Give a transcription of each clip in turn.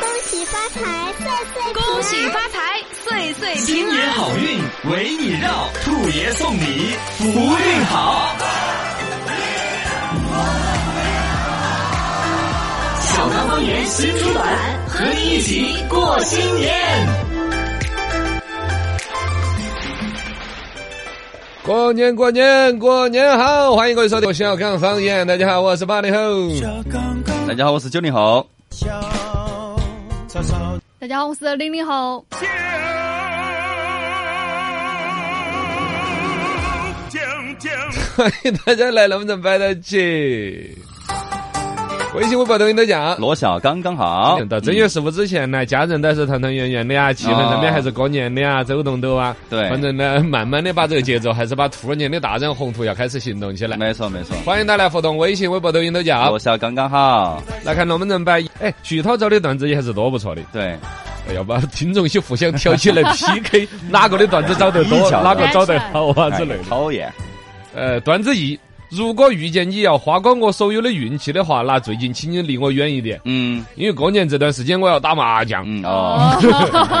发财，岁岁平安恭喜发财，岁岁新平年安。好运为你绕，兔爷送你福运好。小刚方言新出版，和你一起过新年。过年过年过年好！欢迎各位收听小刚方言，大家好，我是八零后。大家好，我是九零后。大家好，我是零零后。欢迎大家来，能不能摆到起？微信、微博、抖音都讲。落下刚刚好，到正月十五之前呢，家人都是团团圆圆的呀，气氛上面哦还是过年的呀，走动走啊。对反正呢，慢慢的把这个节奏，还是把兔年的大人宏图要开始行动起来。啊没错没错，欢迎大家来互动，微信、微博、抖音都落讲。下刚刚好，来看能不能摆？哎，徐涛找的段子也还是多不错的。对，哎要把听众些互相挑起来 PK，哪个的段子找得多比，较哪个找得好啊之类哎的。讨厌，哎呃，段子一，如果遇见你要花光我所有的运气的话，那最近请你离我远一点，嗯因为过年这段时间我要打麻将。嗯哦，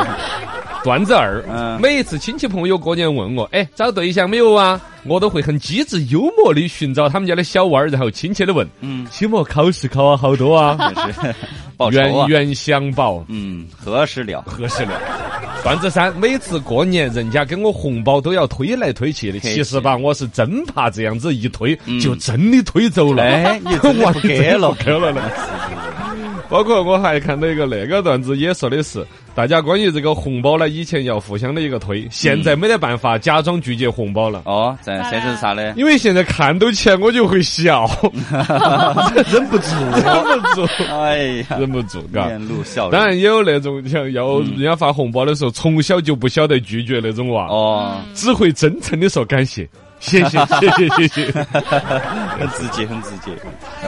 段子二，嗯每一次亲戚朋友过年问我，哎，找对象没有啊？我都会很机智幽默的寻找他们家的小娃儿，然后亲切的问，嗯，期末考试考啊好多 啊，真 是报仇冤啊，冤相报。嗯，何时了？合适了。段子三，每次过年人家给我红包都要推来推去的，嘿其实吧，我是真怕这样子一推、嗯就真的推走了， 哎你真的 我不给了真的不给了呢。包括我还看到一个那个段子，也说的是大家关于这个红包呢，以前要互相的一个嗯推，现在没得办法，假装拒绝红包了。哦，在现在是啥呢？因为现在看到钱我就会笑， 忍不住，忍不住，哎呀，忍不住， 嘎。面露笑容。当然也有那种像要人家发红包的时候，从小就不晓得拒绝那种娃，哦， 只会真诚的说感谢。谢谢谢谢谢谢！很直接，很直接。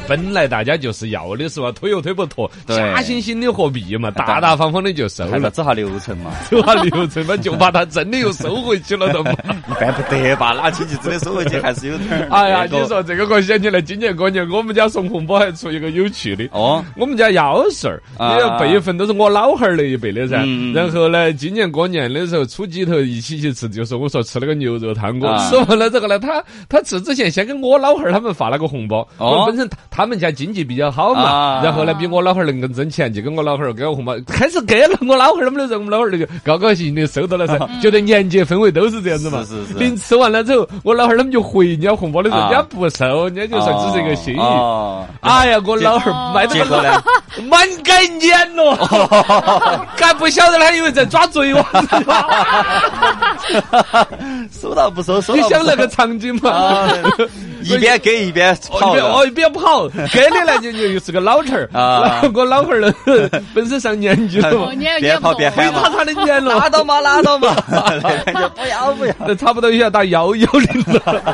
本来大家就是要的是吧，推又推不脱，对假惺惺的何必嘛，大大方方的就收还要了，走下流程嘛，走啊流程嘛，就把它真的又收回去了的嘛。。一般不得吧？拿亲戚真的收回去还是有点儿 哎呀，那个你说这个我想起来，今年过年我们家送红包还出一个有趣的，哦，我们家幺婶儿，啊那个辈分都是我老汉儿那一辈的噻。嗯然后呢，今年过年的时候出几头一起去吃，就是我说吃了个牛肉汤锅。啊吃完了之后呢，他他吃之前先给我老汉儿他们发了个红包。哦我本身他他们家经济比较好嘛，啊然后呢比我老汉儿能更挣钱，就给我老汉儿给我红包。开始给了我老汉儿他们的时候，我们老汉儿就高高兴兴的收到了噻，觉得年节氛围都是这样子嘛。啊是是是临吃完了之后，我老汉儿他们就回人家红包的时候，啊人家不收，人家就说只是一个心意。哦，哎呀，我老汉儿买的结果呢？满街 撵咯，还不晓得他以为在抓贼娃子 吧？收到不收？收你到不想收那？个场景嘛？ 啊，一边给一边哦，跑一边了哦一边跑，跟的呢就就又是个老头儿 啊我老汉儿呢本身上年纪了 嘛，也边跑边非喊把嘛，他的 撵了，拉倒嘛，拉倒嘛， 不要不要。那差不多也要打幺幺零 了。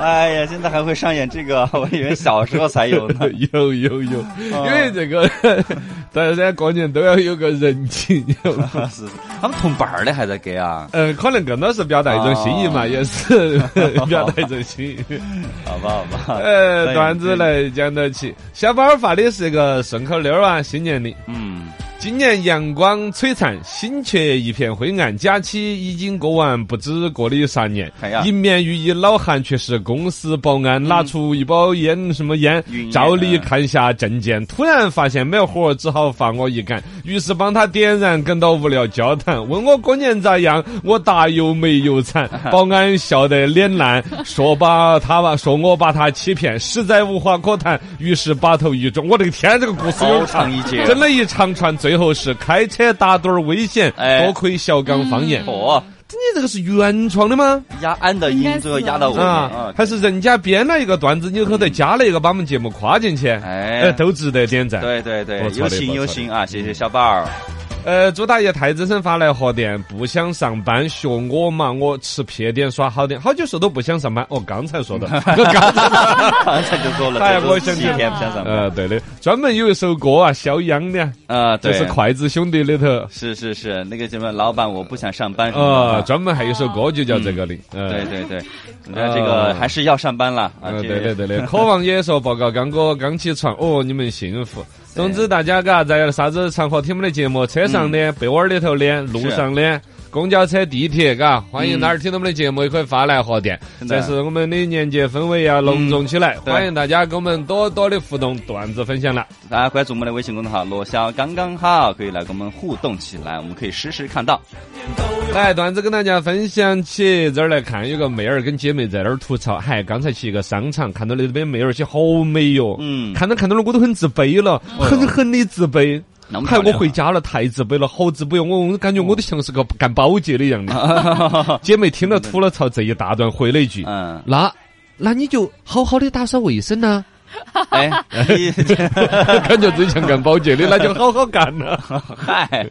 哎呀，现在还会上演这个，我以为小时候才有 呢。有有有，啊因为这个 大家过年都要有个人情。有 吗是，他们同伴儿的还在给啊，呃，可能更多是表达一种心意嘛，哦也是 表达一种心意。好吧好吧。呃，段子，来讲得起。小宝儿发的是个顺口溜儿啊，新年的。嗯，今年阳光璀璨，心却一片灰暗。假期已经过完，不知过了有啥年哎呀。嗯迎面遇一老汉，却是公司保安，拿出一包烟，什么烟云？烟啊照例看下证件，突然发现没火，只好罚我一杆。于是帮他点燃，跟到无聊交谈，问我过年咋样，我答有没有 惨。保安笑得脸烂，说把他吧，说我把他欺骗，实在无话可谈，于是把头一转。我的个天，这个故事有好点长长。一啊截。整了一长串，最后是开车打盹儿危险，哎多亏小刚方言。你哦，这个是原创的吗？压俺的音，最后压到我们啊，还是人家编了一个段子，你后头加了一个把我们节目夸进去，哎哎，都值得点赞。对对对不，错有的心不错有的心啊！谢嗯谢小宝儿， 呃，朱大爷太子参发来贺电，不想上班，学我嘛，我吃撇点耍好点，好久说都不想上班。哦，刚才 说的，我刚才说的。刚才就说 了，哎呀这都我想几起天不想上班。呃，对的，专门有一首歌啊，肖央的，啊，就对，是筷子兄弟里头，是是是，那个什么，老板，我不想上班什么呃，的。专门还有一首歌就叫这个的。嗯呃对对对，那这个还是要上班了啊！嗯，这对的对的。渴望也说报告刚哥刚起床，哦，你们幸福。总之，大家嘎，在啥子场合听我们的节目，车嗯上的、被窝里头的、路上的。公交车、地铁，嘎，欢迎哪儿听到我们的节目，也可以发来贺电。嗯真的嗯这是我们的年节氛围要隆重起来，对欢迎大家跟我们多多的互动、段子分享啦。大家关注我们的微信公众号“罗霄刚刚好”，可以来跟我们互动起来，我们可以实时看到。来，段子跟大家分享起，这儿来看有个妹儿跟姐妹在那儿吐槽，嗨，刚才去一个商场，看到那边妹儿些好美哟，嗯哦看到看到了我都很自卑了，狠狠的自卑。那么嗨，漂我亮啊回家了，太自卑了，好自卑哦！我我感觉我都像是个干保洁的一样的。 姐妹听了吐了槽这一大段，回了一句：“嗯，那那你就好好的打扫卫 生呐、 哎，你感觉自己像干保洁的，那就好好干呐、嗨，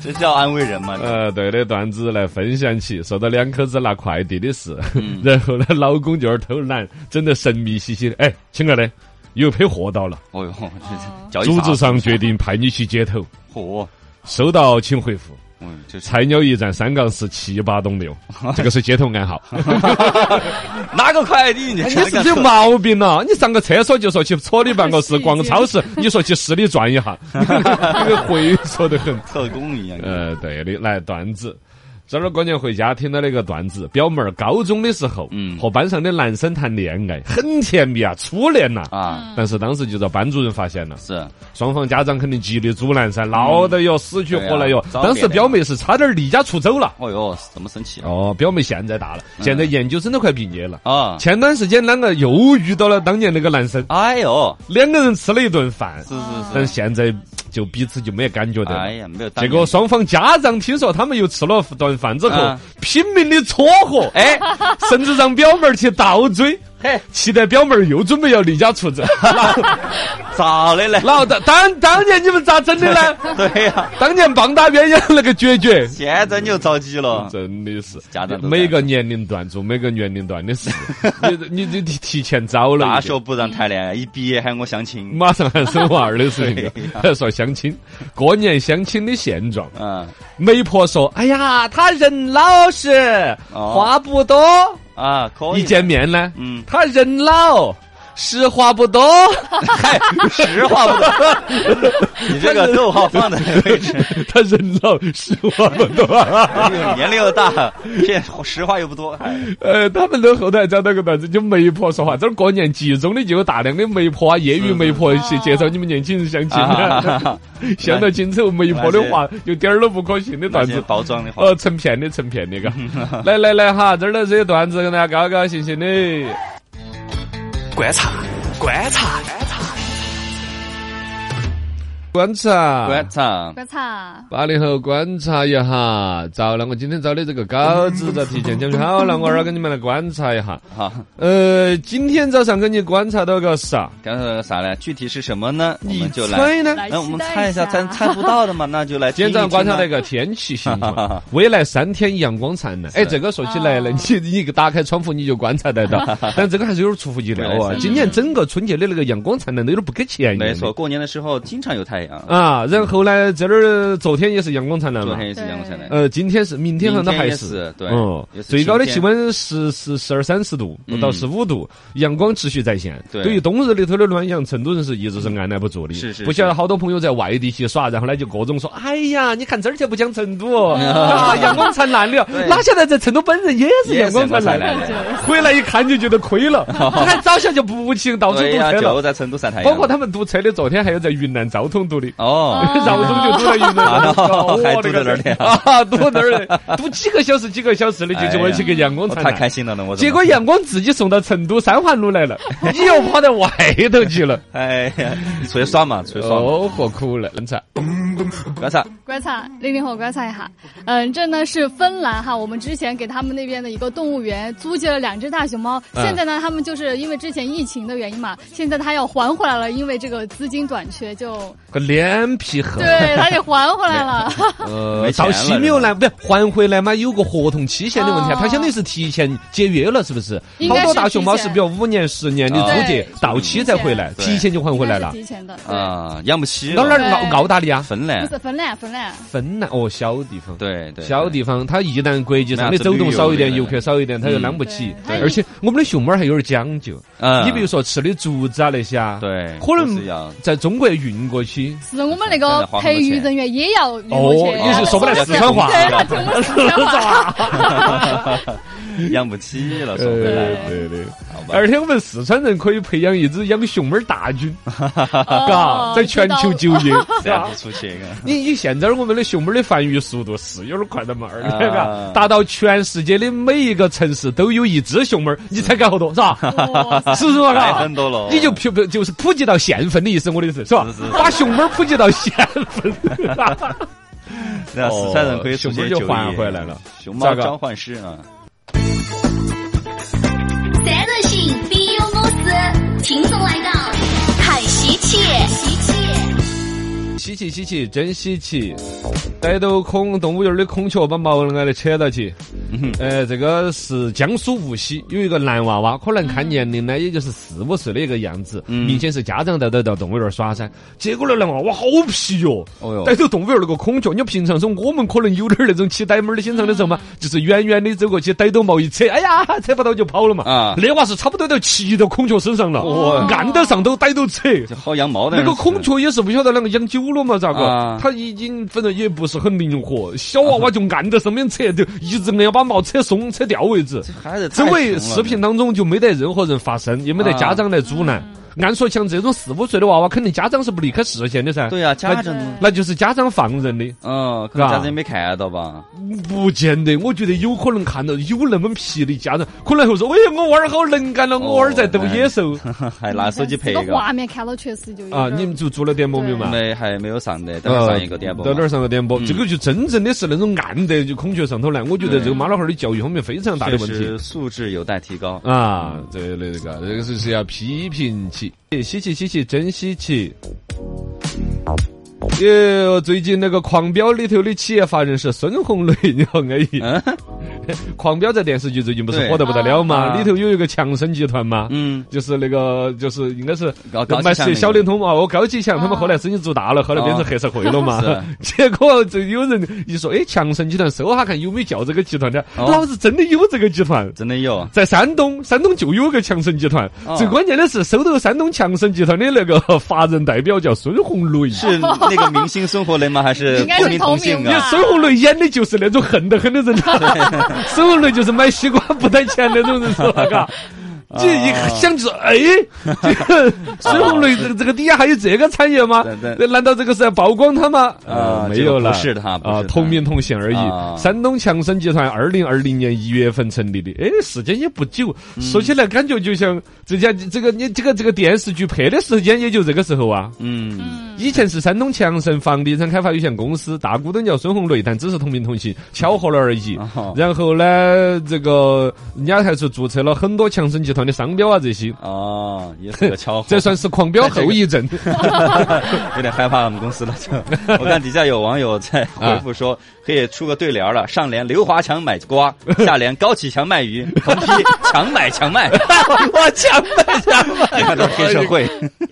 这叫安慰人嘛？ 呃，对的段子来分享起，说到两口子拿快递的事，嗯然后呢，老公就在那儿偷懒，整得神秘兮兮的。哎，亲爱的，有批货到了，哦哟，这脚一组织砸，上决定派你去接头，嚯，收到请回复。嗯，就是菜鸟驿站三杠四七八 栋六，这个是街头暗号。拿个快递，你哎你这是不是有毛病呐、你上个厕所就说去所里办个 事，逛个超市，你说去市里转一 下，你个会说得很。特工一样。呃，对的，来段子。这儿过年回家听到那个段子，表妹儿高中的时候，嗯和班上的男生谈恋爱，很甜蜜啊，初恋呐、啊，但是当时就遭班主任发现了，是哎双方家长肯定极力阻拦噻，闹得哟，死去活来哟。对啊当时表妹是差点离家出走了。哦哟，怎么生气啊了？哦，表妹现在大了，现在研究生都快毕业了。啊，前段时间两个又遇到了当年那个男生，哎呦，两个人吃了一顿饭，是但是是，现在就彼此就没感觉的了哎。呀，没有当结年果双方家长听说他们又吃了顿饭之后啊，拼命的撮合，哎，甚至让表妹儿去倒追，嘿，期待表妹儿又准备要离家 出走。咋的嘞？老的，当当年你们咋整 的呢？对呀，当年棒打鸳鸯那个决绝。现在你就着急了。真的是啊家长，都每个年龄段做每个年龄段的事，你你你提提前早了一点，大学不让谈恋爱，一毕业喊我相亲。马上还生娃儿的事情对呀了，说相亲，过年相亲的现状。嗯媒婆说：“哎呀，他人老实，哦话不多。啊，可以一见面呢，嗯哎他人老，实话不多。嗨，实话不多，你这个逗号放在 位置， 他人老，实话不 多。哎年龄又大，骗实话又不多，哎呃，他们都后台找到个段子，就媒婆说话。这儿过年集中的就有大量的媒婆啊，业余媒婆去介绍你们年轻人相亲啊 啊。想到今后媒婆的 话，有点儿都不可信的那段些子。”包装的话，哦，成片的成片的， 嘎！来来来哈，这儿的这些段子跟大家高高兴兴的。观察，观察，观察，观察，观察，八零后观察一下，糟了，我今天找的这个稿子咋提前讲好了？我儿跟你们来观察一下。好，呃，今天早上跟你观察到个啥？刚才啥呢？具体是什么呢？我你们就来，猜呢？来那我们期待猜一下，猜猜不到的嘛，那就来 今听一听天早啊。上观察到一个天气情况， 未来三天阳光灿烂。哎，这个说起来了，啊哦你你一个打开窗户你就观察得 到，但这个还是有点出乎意料未来啊三！天今年整个春节的那个阳光灿烂都有点不给钱。没错，。过年的时候经常有太阳，啊，然后呢，这儿昨天也是阳光灿烂昨嘛天，也是阳光灿烂，呃，今天是明天好像都明还天也是对嗯也，是最高的晴气天温是十十二三十度嗯到十五度，阳光持续在线。对对于冬日里头的暖阳，成都人是一直是按捺不住的。是是不是晓得好多朋友在外地去耍，然后呢就各种说，哎呀，你看这儿去不讲成都， 啊阳光灿烂了，对哪晓得在成都本人也是也阳是光阳灿光烂灿的。烂。回来一看就觉得 亏了，他看早晓就不去到处堵对呀，车了。就在成都晒太阳，包括他们堵车的，昨天还有在云南昭通堵的。哦， 绕中就堵在云南， 哦还堵在那儿呢的啊，堵那儿的，堵几个小时几个小时的，就哎呀就为去给阳光我灿太开烂。心了呢，我怎哦 结么果阳光自己送到成都三环路来了，你又跑到外头去 了，哎呀，你出去耍嘛，出去耍嘛，哦，何苦呢？人才，观察，观察，零零后观察一下。嗯，这呢是芬兰哈，我们之前给他们那边的一个动物园租借了两只大熊猫，嗯现在呢他们就是因为之前疫情的原因嘛，现在他要还回来了，因为这个资金短缺就个脸皮厚。对，啊他得还回来了。呃没钱到了西没有来，不是还回来嘛？有个合同期限的问题啊，哦他相当于是提前解约了，是不是？应好该是多大熊猫提是前比如五年、十年的对租借，到期才回来，对 提前就还回来应了 该是。提前的，对啊，养不起到了哪儿？对澳澳大利亚？芬芬兰不，是芬兰，芬兰。嗯芬兰哦，小地方。对对，小地方，它一旦国际上没的啥子走动少一点，旅游游的客少一点，它又啷不起。对而且我们的熊猫还有点讲究，嗯，你比如说吃的竹子啊那些啊，对，可能都是要在中国运过 去，是我们那个培育人员也要运过去，哦然后你是说不来四川话对，他听我们四川话。养不起了，说回来， 对对。好吧哎而且我们四川人可以培养一支养熊猫大军， 哦 嘎，在全球就业。散不出去啊。 你你现在我们的熊猫的繁育速度是有点快的嘛，而且啊嘎，达到全世界的每一个城市都有一只熊猫，你才干好多是吧？ 哇是不是太嘛？嘎哎很，多了，你就普普就是普及到县份的意思，我的意思是吧是是？把熊猫普及到县份，那四川人可以出熊去猫就就还业回来了。熊猫咋个召唤师啊，三人行必有我师，听众来到看稀奇，稀奇。稀奇稀奇，真稀奇！逮到孔动物园的孔雀把毛囊给扯到起。嗯呃，这个是江苏无锡有一个男娃娃，可能看年龄呢，也就是四五岁的一个样子，嗯明显是家长带他到动物园耍噻。结果那男娃娃好皮哟、哦哟逮到动物园那个孔雀，你平常说我们可能有点那种起逮猫儿的心肠的时候嘛，嗯就是远远的走过去逮到毛一扯，哎呀，扯不到就跑了嘛。啊那娃是差不多都骑到孔雀身上了，哦按到上头逮到扯。就好羊毛的那人个是孔雀也是不晓得啷个养久了嘛，咋啊个？它已经反正也不是很灵活，小娃娃就按在上面扯，就一直硬要把毛扯松扯掉为止。还是周太围穷了视频当中就没得任何人发声，也没得啊家长来阻拦。嗯按说像这种四五岁的娃娃，肯定家长是不离开视线的噻。对呀，家长那就是家长放任的，嗯，可能家长也没看到吧？不见得。我觉得有可能看到有那么皮的家长，可能会说：“喂，哎我娃儿好能干了，我娃儿在哦斗 野兽还拿啊手机拍这一个画面看到确实就有啊！”点你们就做了点某明嘛？没还没有上的，等会儿上一个点播嘛。到呃嗯哪儿上个点播？这个就真正的是那种暗的，就孔雀上头来。我觉得对这个妈老汉儿的教育方面非常大的问嗯确题实素质有待提高。啊！这类这个，这个是是要批评起，稀奇稀奇，真稀奇。哟，最近那个《狂飙》里头的企业法人是孙红雷，你好安逸。嗯狂飙》在电视剧最近不是对火得不得了嘛？啊里头有一个强生集团嘛，嗯，就是那个，就是应该是高高买启强那个小灵通哦嘛，我高启强他们后来生意做哦大了，后来变成黑社会 了嘛。结果就有人一说，哎，强生集团搜下看有没有叫这个集团的，哦老子真的有这个集团。真的有。在山东，山东就有个强生集团。哦最关键的是，收到山东强生集团的那个法人代表叫孙红雷。是那个明星生活雷吗？还是应该同是名同姓同因名为啊 吧？孙红雷演的就是那种恨得很 的人啊，孙红雷就是买西瓜不带钱那种人是吧？ 嘎，这一啊想就是，哎，这 个孙红雷这个这个底下还有这个产业吗对？对那难道这个是在曝光他吗？啊呃没有了，这个不是他不是啊，他同名同姓而啊已。山东强生集团二零二零年一月份成立的，哎，时间也不久。嗯说起来感觉就像这家这个你这个这个电视剧拍的时间也就这个时候啊。嗯，以前是山东强盛房地产开发有限公司，大股东叫孙红雷，但只是同名同姓，巧合了而已。哦然后呢，这个人家还是注册了很多强盛集团的商标啊这些，哦，也是个 巧合。这算是狂飙后遗症。有点害怕我们公司了。就我看底下有网友在回复 说，可以出个对联了：上联刘华强买 瓜，下联高启强卖鱼，横 批强买强卖。 我强买强卖，你看这黑社会。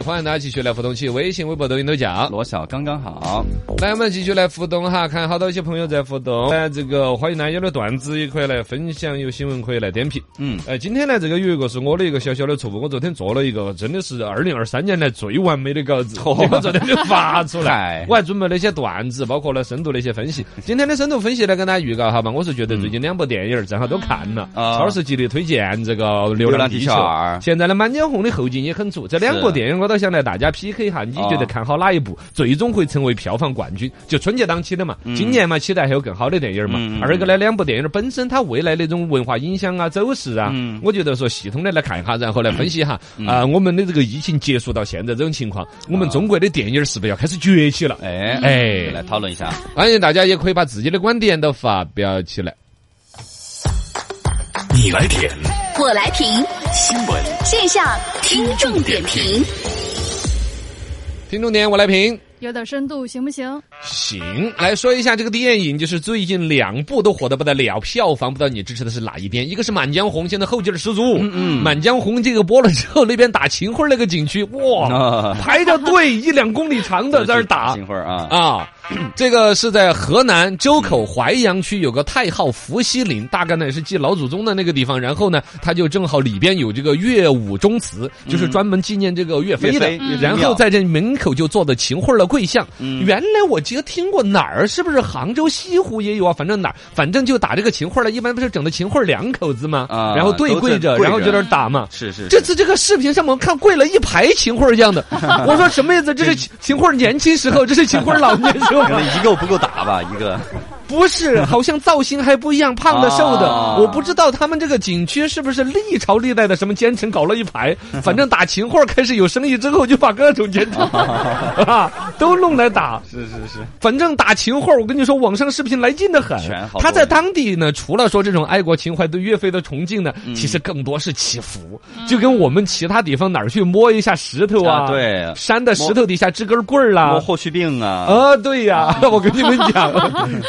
欢迎大家继续来互动起，微信、微博、抖音都讲。 罗小刚刚好，来，我们继续来互动哈，看好多一些朋友在互动。哎，这个欢迎大家有的段子也可以来分享，有新闻可以来点评。嗯，呃，今天呢，这个有一个是我的一个小小的错误，我昨天做了一个真的是二零二三年来最完美的 稿子，我昨天就发出嗨来，我还准备了一些段子，包括了深度的一 些分析。今天的深度分析来跟大家预告哈嘛，我是觉得最近两部电影儿正好都看了，嗯啊超市极力推荐这个《流流浪浪地地球球二》，现在的《满江红》的后劲也很足，这两部是电影我都想来大家 PK 一下，你觉啊嗯得看好哪一部最终会成为票房冠军？就春节档期的嘛，今年嘛，期待还有更好的电影嘛嗯嗯。二个呢，两部电影本身它未来那种文化影响啊、走势啊嗯，我觉得说系统的来看一下，然后来分析一下啊，我们的这个疫情结束到现在这种情况，我们中国的电影是不是要开始崛起了？哎哎来讨论一下。欢迎大家也可以把自己的观点都发表起来。你来点我来评新闻，线下听众点评，听众点，我来评。有点深度行不行？行，来说一下这个电影，就是最近两部都火得不得了，票房不知道你支持的是哪一边？一个是《满江红》，现在后劲儿十足。嗯满江红》这个播了之后，那边打秦桧那个景区，哇，啊排着队一两公里长的在那儿打一会儿啊， 啊。这个是在河南周口淮阳区有个太昊伏羲陵，大概呢也是祭老祖宗的那个地方。然后呢，它就正好里边有这个乐舞宗祠，就是专门纪念这个岳飞嗯岳的飞嗯岳。飞然后庙在这门口就做的秦桧儿的跪像。嗯原来我记得听过哪儿，是不是杭州西湖也有啊？反正哪儿，反正就打这个秦桧儿的，一般不是整的秦桧儿两口子嘛，啊然后对都跪在着，跪然后着就在那儿打嘛。是是，这次这个视频上面我看跪了一排秦桧儿这 样的，我说什么意思？这是秦秦桧儿年轻时候，这是秦桧儿老年时 候可，能一个不够打吧，一个不是？好像造型还不一样，胖的瘦的，啊我不知道他们这个景区是不是历朝历代的什么奸臣搞了 一排，反正打秦桧儿开始有生意之后，就把各种奸 臣啊都弄来打。是是是，反正打秦桧，我跟你说，网上视频来劲的很全好。多他在当地呢，除了说这种爱国情怀对岳飞的崇敬呢，嗯其实更多是祈福，就跟我们其他地方哪儿去摸一下石头啊，啊对山的石头底下支根棍儿啦我。霍去病啊，啊，对呀， 我跟你们 讲，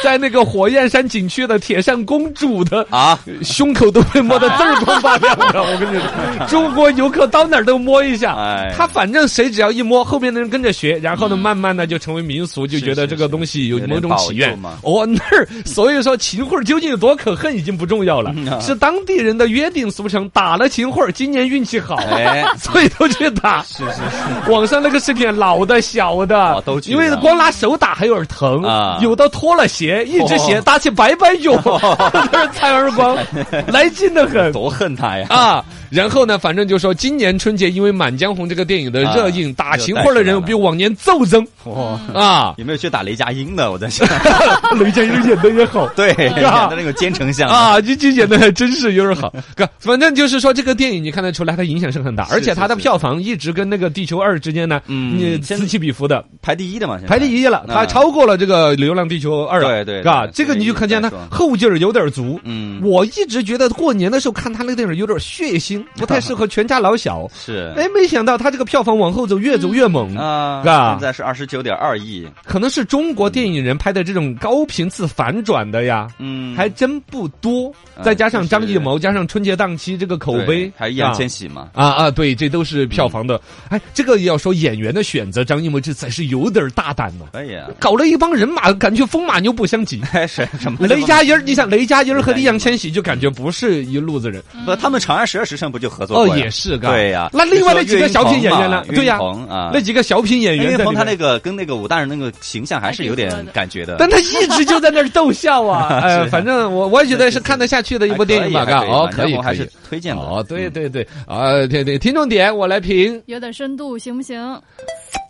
在那个火焰山景区的铁扇公主的啊，胸口都被摸得锃儿光发亮 的。我跟你说，中国游客到哪儿都摸一下哎，嗯他反正谁只要一摸，后面的人跟着学，然后呢，慢慢的就成为民俗，就是觉得是这个东西有有某点种保起佑源嘛。哦，那儿，所以说秦桧儿究竟有多可恨已经不重要了嗯，啊是当地人的约定俗成。打了秦桧儿，今年运气好，啊哎， 所以都去打。是是是，网上那个视频，老的、小的哦都，去因为了光拿手打还有点疼啊有的脱了鞋，一只鞋哦打起百百 蛹，在那儿踩耳光，来劲的很。多恨他呀，啊，然后呢，反正就说今年春节因为《满江红》这个电影的热映，啊打秦桧儿的人比往年骤增哦，。啊有没有去打雷佳音的？我在 想， 雷佳音演的也好。对，演的那种奸丞相 啊，这这演的还真是有点 好，哥反正就是说这个电影你看得出来它影响是很大，而且它的是是票房一直跟那个《地球二》之间呢，嗯嗯，此起彼伏的。排第一的嘛，现在排第一了，嗯它超过了这个《流浪地球二》了，对对对是吧？对这个你就看见它这个一直在说后劲儿有点足。嗯，我一直觉得过年的时候看他那个电影有点血腥，不太适合全家 老小。是，哎，没想到他这个票房往后走越走越猛，啊，嘎现在是二十九点二亿，可能是中国电影人拍的这种高频次反转的呀。嗯，还真不多，嗯再加上张艺就是谋，加上春节档期这个口对碑，还易烊啊千玺嗯嘛，啊啊，对，这都是票房的。哎，这个要说演员的选择，张艺谋这才是有点大胆了，可以啊，搞了一帮人马，感觉风马牛不 相及。哎，谁什么雷佳音儿，你想雷佳音儿嗯和雷佳易音烊千玺就感觉不是一路子人。不，他们《长安十二时辰》不就合作哦过，呀？也是，嘎对呀，那另外那几个小品演员呢？岳云对呀，鹏啊，那几个小品演岳员云在鹏里他那面，个跟那个武大人那个形象还是有点感觉的，但他一直就在那儿逗笑 啊。呃，反正我我也觉得是看得下去的一部电影吧，还嘎可以哦，还可以，我还可是以。推荐的。嗯哦，对对对，啊，对对，听众点我来评，有点深度行不行？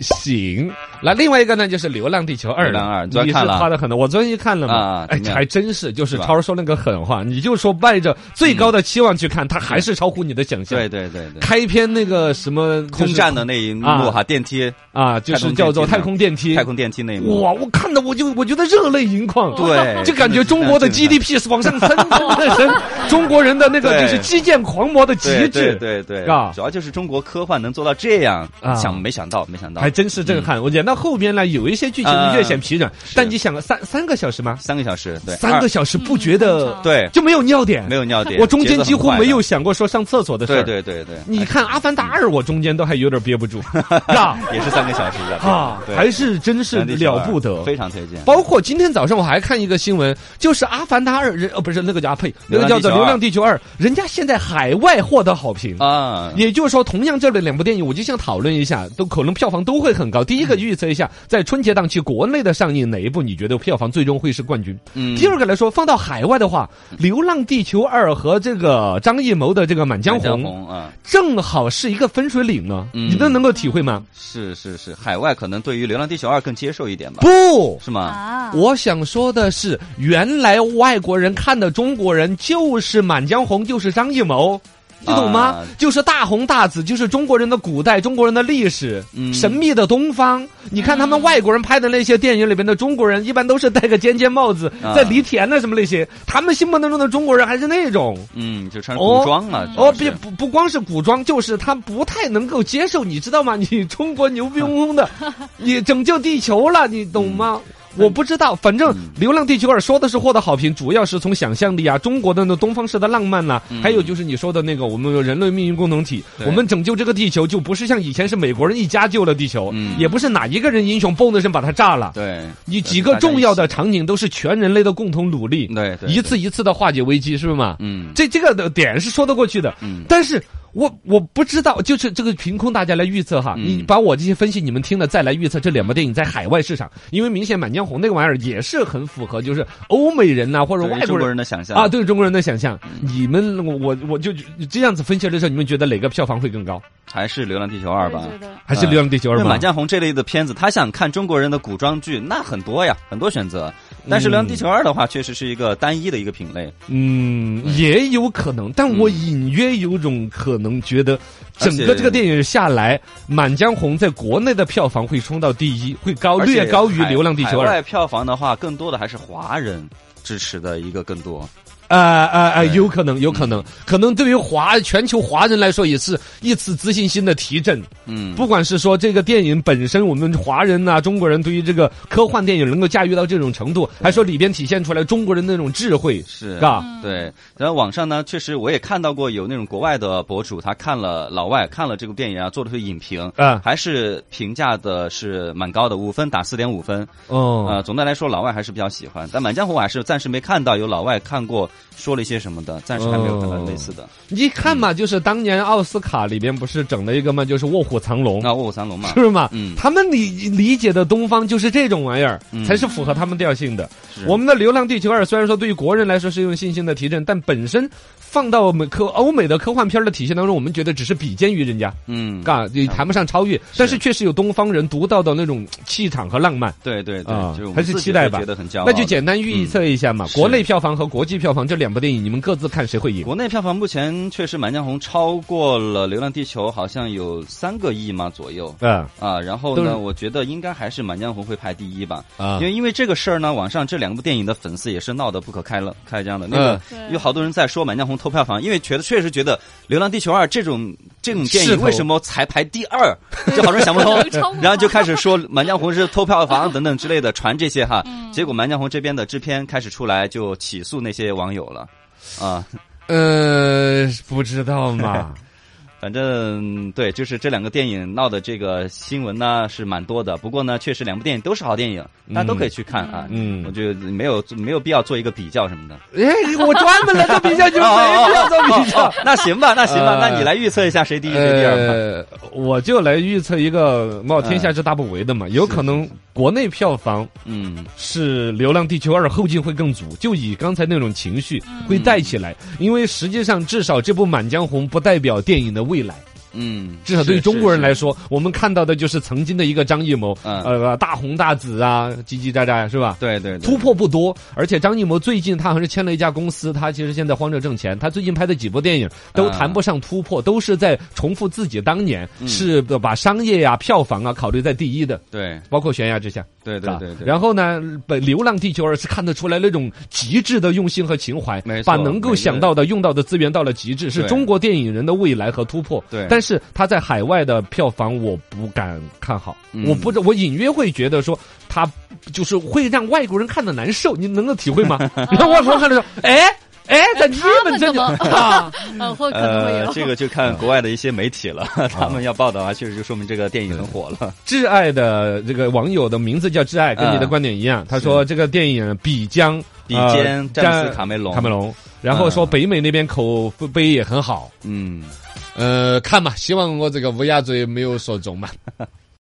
行。那另外一个呢，就是《流浪地球二》了。流浪二你昨天你是看了夸的很多，我昨天去看了嘛啊，哎怎，么样还真是，就是是吧超说那个狠话，你就说迈着最高的期望去看，它还是超乎你的想嗯象。对对对对，开篇那个什么就是空战的那一幕哈，电梯、啊，就是叫做太空电梯。太空电梯那一幕，哇，我看的我就我觉得热泪盈眶。 对，就感觉中国的 GDP 是往上蹭，蹭蹭 蹭，中国人的那个就是对基建狂魔的极对对致，对对啊，主要就是中国科幻能做到这样啊，想没想到，没想到还，真是震撼。我演到后边呢，有一些剧情嗯略显疲软，是但你想三三个小时吗？三个小时，对，三二个小时不觉得嗯对，就没有尿点没，有尿点，我中间节奏很几乎快的没有，想过说上厕所的事对儿。对对对，你看《阿凡达二》，我中间都还有点憋 不住，是吧？也是三个小时的啊，对还是真是了不得。非常推荐。包括今天早上我还看一个新闻，就是《阿凡达二》人哦，不是那个叫阿呸，那个叫做《流流浪浪地球二》，人家现在海外获得好评。啊，也就是说，同样这类两部电影，我就想讨论一下，都可能票房都会很高。第一个预测一下，在春节档期国内的上映哪一部你觉得票房最终会是冠军？嗯第二个来说，放到海外的话，《流浪地球二》和这个张艺谋的这个《满江江红》红啊，正好是一个分水岭呢，嗯你都能够体会吗？是是是，海外可能对于《流浪地球二》更接受一点吧？不，是吗？啊，我想说的是，原来外国人看的中国人就是《满江红》，就是张艺谋。你懂吗？啊就是大红大紫，就是中国人的古代，中国人的历史，嗯神秘的东方。你看他们外国人拍的那些电影里边的中国人，一般都是戴个尖尖帽子，啊在犁田呐什么那些。他们心目当中的中国人还是那种嗯，就穿哦古装嘛。主要哦，嗯是不不不光是古装，就是他不太能 够 接受，你知道吗？你中国牛逼哄哄的，你拯救地球了，你懂吗？嗯我不知道，反正《流浪地球二》说的是获得好评，主要是从想象力啊，中国的那东方式的浪漫呐、还有就是你说的那个我们有人类命运共同体，嗯对我们拯救这个地球就不是像以前是美国人一家救了地球嗯，也不是哪一个人英雄嘣的一声把它炸了。对，你几个重要的场景都是全人类的共同努力，对嗯对一次一次的化解危机，是不是嘛？嗯这这个的点是说得过去的，嗯但是我我不知道，就是这个凭空大家来预测哈，嗯你把我这些分析你们听了再来预测这两部电影在海外市场，因为明显《满江红》那个玩意儿也是很符合就是欧美人呐、或者对于外中国国人人。的想象啊，，对中国人的想象，嗯你们我我我就这样子分析的时候，你们觉得哪个票房会更高？还是《流浪地球二》吧我。也觉得还是《流浪地球二》因为《吗？啊满江红》这类的片子，他想看中国人的古装剧，那很多呀，很多选择。但是《流浪地球二》的话，确实是一个单一的一个品类，嗯，也有可能，但我隐约有种可能觉得，而整个且这个电影下来，《满江红》在国内的票房会冲到第一，会高而且哦略高于海《流浪地球海二》。外票房的话，更多的还是华人支持的一个更多。啊啊啊！对有可能，有可能，可能对于华全球华人来说，也是一次自信心的提振。嗯，不管是说这个电影本身，我们华人呐、中国人对于这个科幻电影能够驾驭到这种程度，还说里边体现出来中国人那种智慧，是嘎。对，然后网上呢，确实我也看到过有那种国外的博主，他看了老外看了这部电影啊，做了些影评，啊还是评价的是蛮高的，五分打四点五分。哦，呃，总的来说，老外还是比较喜欢，但《满江红》我还是暂时没看到有老外看过说了一些什么的，暂时还没有看到哦类似的。你看嘛，就是当年奥斯卡里边不是整了一个嘛，就是卧虎藏龙。那《卧虎藏龙》嘛，是吗？嗯他们理理解的东方就是这种玩意儿，嗯才是符合他们调性的。是我们的《流浪地球二》虽然说对于国人来说是用信心的提振，但本身放到我们科欧美的科幻片儿的体系当中，我们觉得只是比肩于人家， 嗯，嘎，也谈不上超越，但是确实有东方人独到的那种气场和浪漫。对对对，啊就是我们还是自己期待会吧觉得很骄傲。那就简单预测一下嘛，是国内票房和国际票房这两部电影，你们各自看谁会赢？国内票房目前确实《满江红》超过了《流浪地球》，好像有三个亿嘛左右。嗯啊，然后都是呢，我觉得应该还是《满江红》会排第一吧，啊因为因为这个事儿呢，网上这两部电影的粉丝也是闹得不可开了开交的。那个嗯对有好多人在说《满江红》偷票房，因为觉得确实觉得《流浪地球二》这种这种电势影头为什么才排第二， 就好多人想不 通能超过，然后就开始说《满江红》是偷票房等等之类的，传这些哈。嗯结果《满江红》这边的制片开始出来就起诉那些网友了，啊，呃，不知道 嘛。反正对，就是这两个电影闹的这个新闻呢是蛮多的。不过呢，确实两部电影都是好电影，大家都可以去看啊。嗯我觉得没有没有必要做一个比较什么的。哎，我专门来做比较，你们哦没必要做比较。那行吧，那行吧， 呃那你来预测一下谁第一谁第二吧。呃，我就来预测一个冒天下之大不韪的嘛，有可能国内票房嗯，是《流浪地球二》后劲会更足，就以刚才那种情绪会带起来，因为实际上至少这部《满江红》不代表电影的未来，嗯，至少对于中国人来说，说，我们看到的就是曾经的一个张艺谋，嗯呃，大红大紫啊，叽叽喳喳呀，是吧？对对对突破不多，而且张艺谋最近他还是签了一家公司，他其实现在慌着挣钱。他最近拍的几部电影都啊谈不上突破，都是在重复自己当年，嗯是把商业呀、票房啊考虑在第一的，对包括《悬崖之下》。对是吧对对对。啊然后呢，本《流浪地球二》是看得出来那种极致的用心和情怀没，错把能够想到的、用到的资源到了极致，是对中国电影人的未来和突破。对但是他在海外的票房，我不敢看好，嗯我不知，我隐约会觉得说他就是会让外国人看得难受，你能够 体会吗？然后外国人看的时候，哎。哎，在日本这里他们怎么啊，呃，或者可能会呃有，这个就看国外的一些媒体 了，他们要报道啊，确实就说明这个电影很火了。挚爱的这个网友的名字叫挚爱，跟你的嗯观点一样。他说这个电影比将比呃肩詹姆斯卡梅隆，卡梅隆，然后说北美那边口碑也很好。嗯，呃，看吧，希望我这个乌鸦嘴没有说中嘛。